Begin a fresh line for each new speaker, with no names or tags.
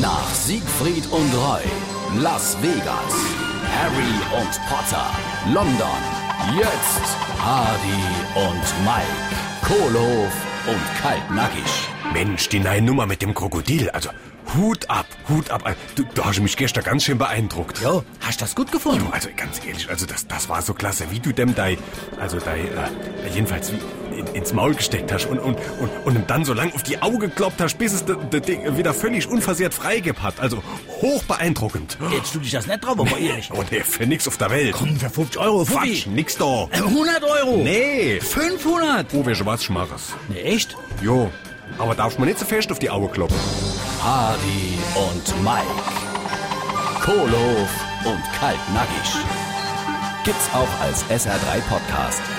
Nach Siegfried und Roy, Las Vegas, Harry und Potter, London, jetzt Hardy und Mike, Kohlehof und Kaltnackig.
Mensch, die neue Nummer mit dem Krokodil. Also Hut ab, Hut ab. Äh, Du, du hast mich gestern ganz schön beeindruckt.
Jo, hast du das gut gefunden?
Jo, also ganz ehrlich, also das, das war so klasse, wie du dem dein, also dein, äh, jedenfalls wie in, ins Maul gesteckt hast und, und, und, und ihm dann so lang auf die Augen gekloppt hast, bis es de- de Ding wieder völlig unversehrt freigeb hat. Also hoch beeindruckend.
Jetzt tu dich das nicht drauf, aber ehrlich.
Und Oh, nee, für nix auf der Welt.
Komm, für 50 Euro,
Quatsch,
Fuffi.
nix da.
Ähm, 100 Euro.
Nee.
500.
Uwe Schwarz schmarres.
Nee, echt?
Jo, aber darf man nicht so fest auf die Augen kloppen.
Hardy und Mike. Kohlof und Kaltnackig. Gibt's auch als SR3 Podcast.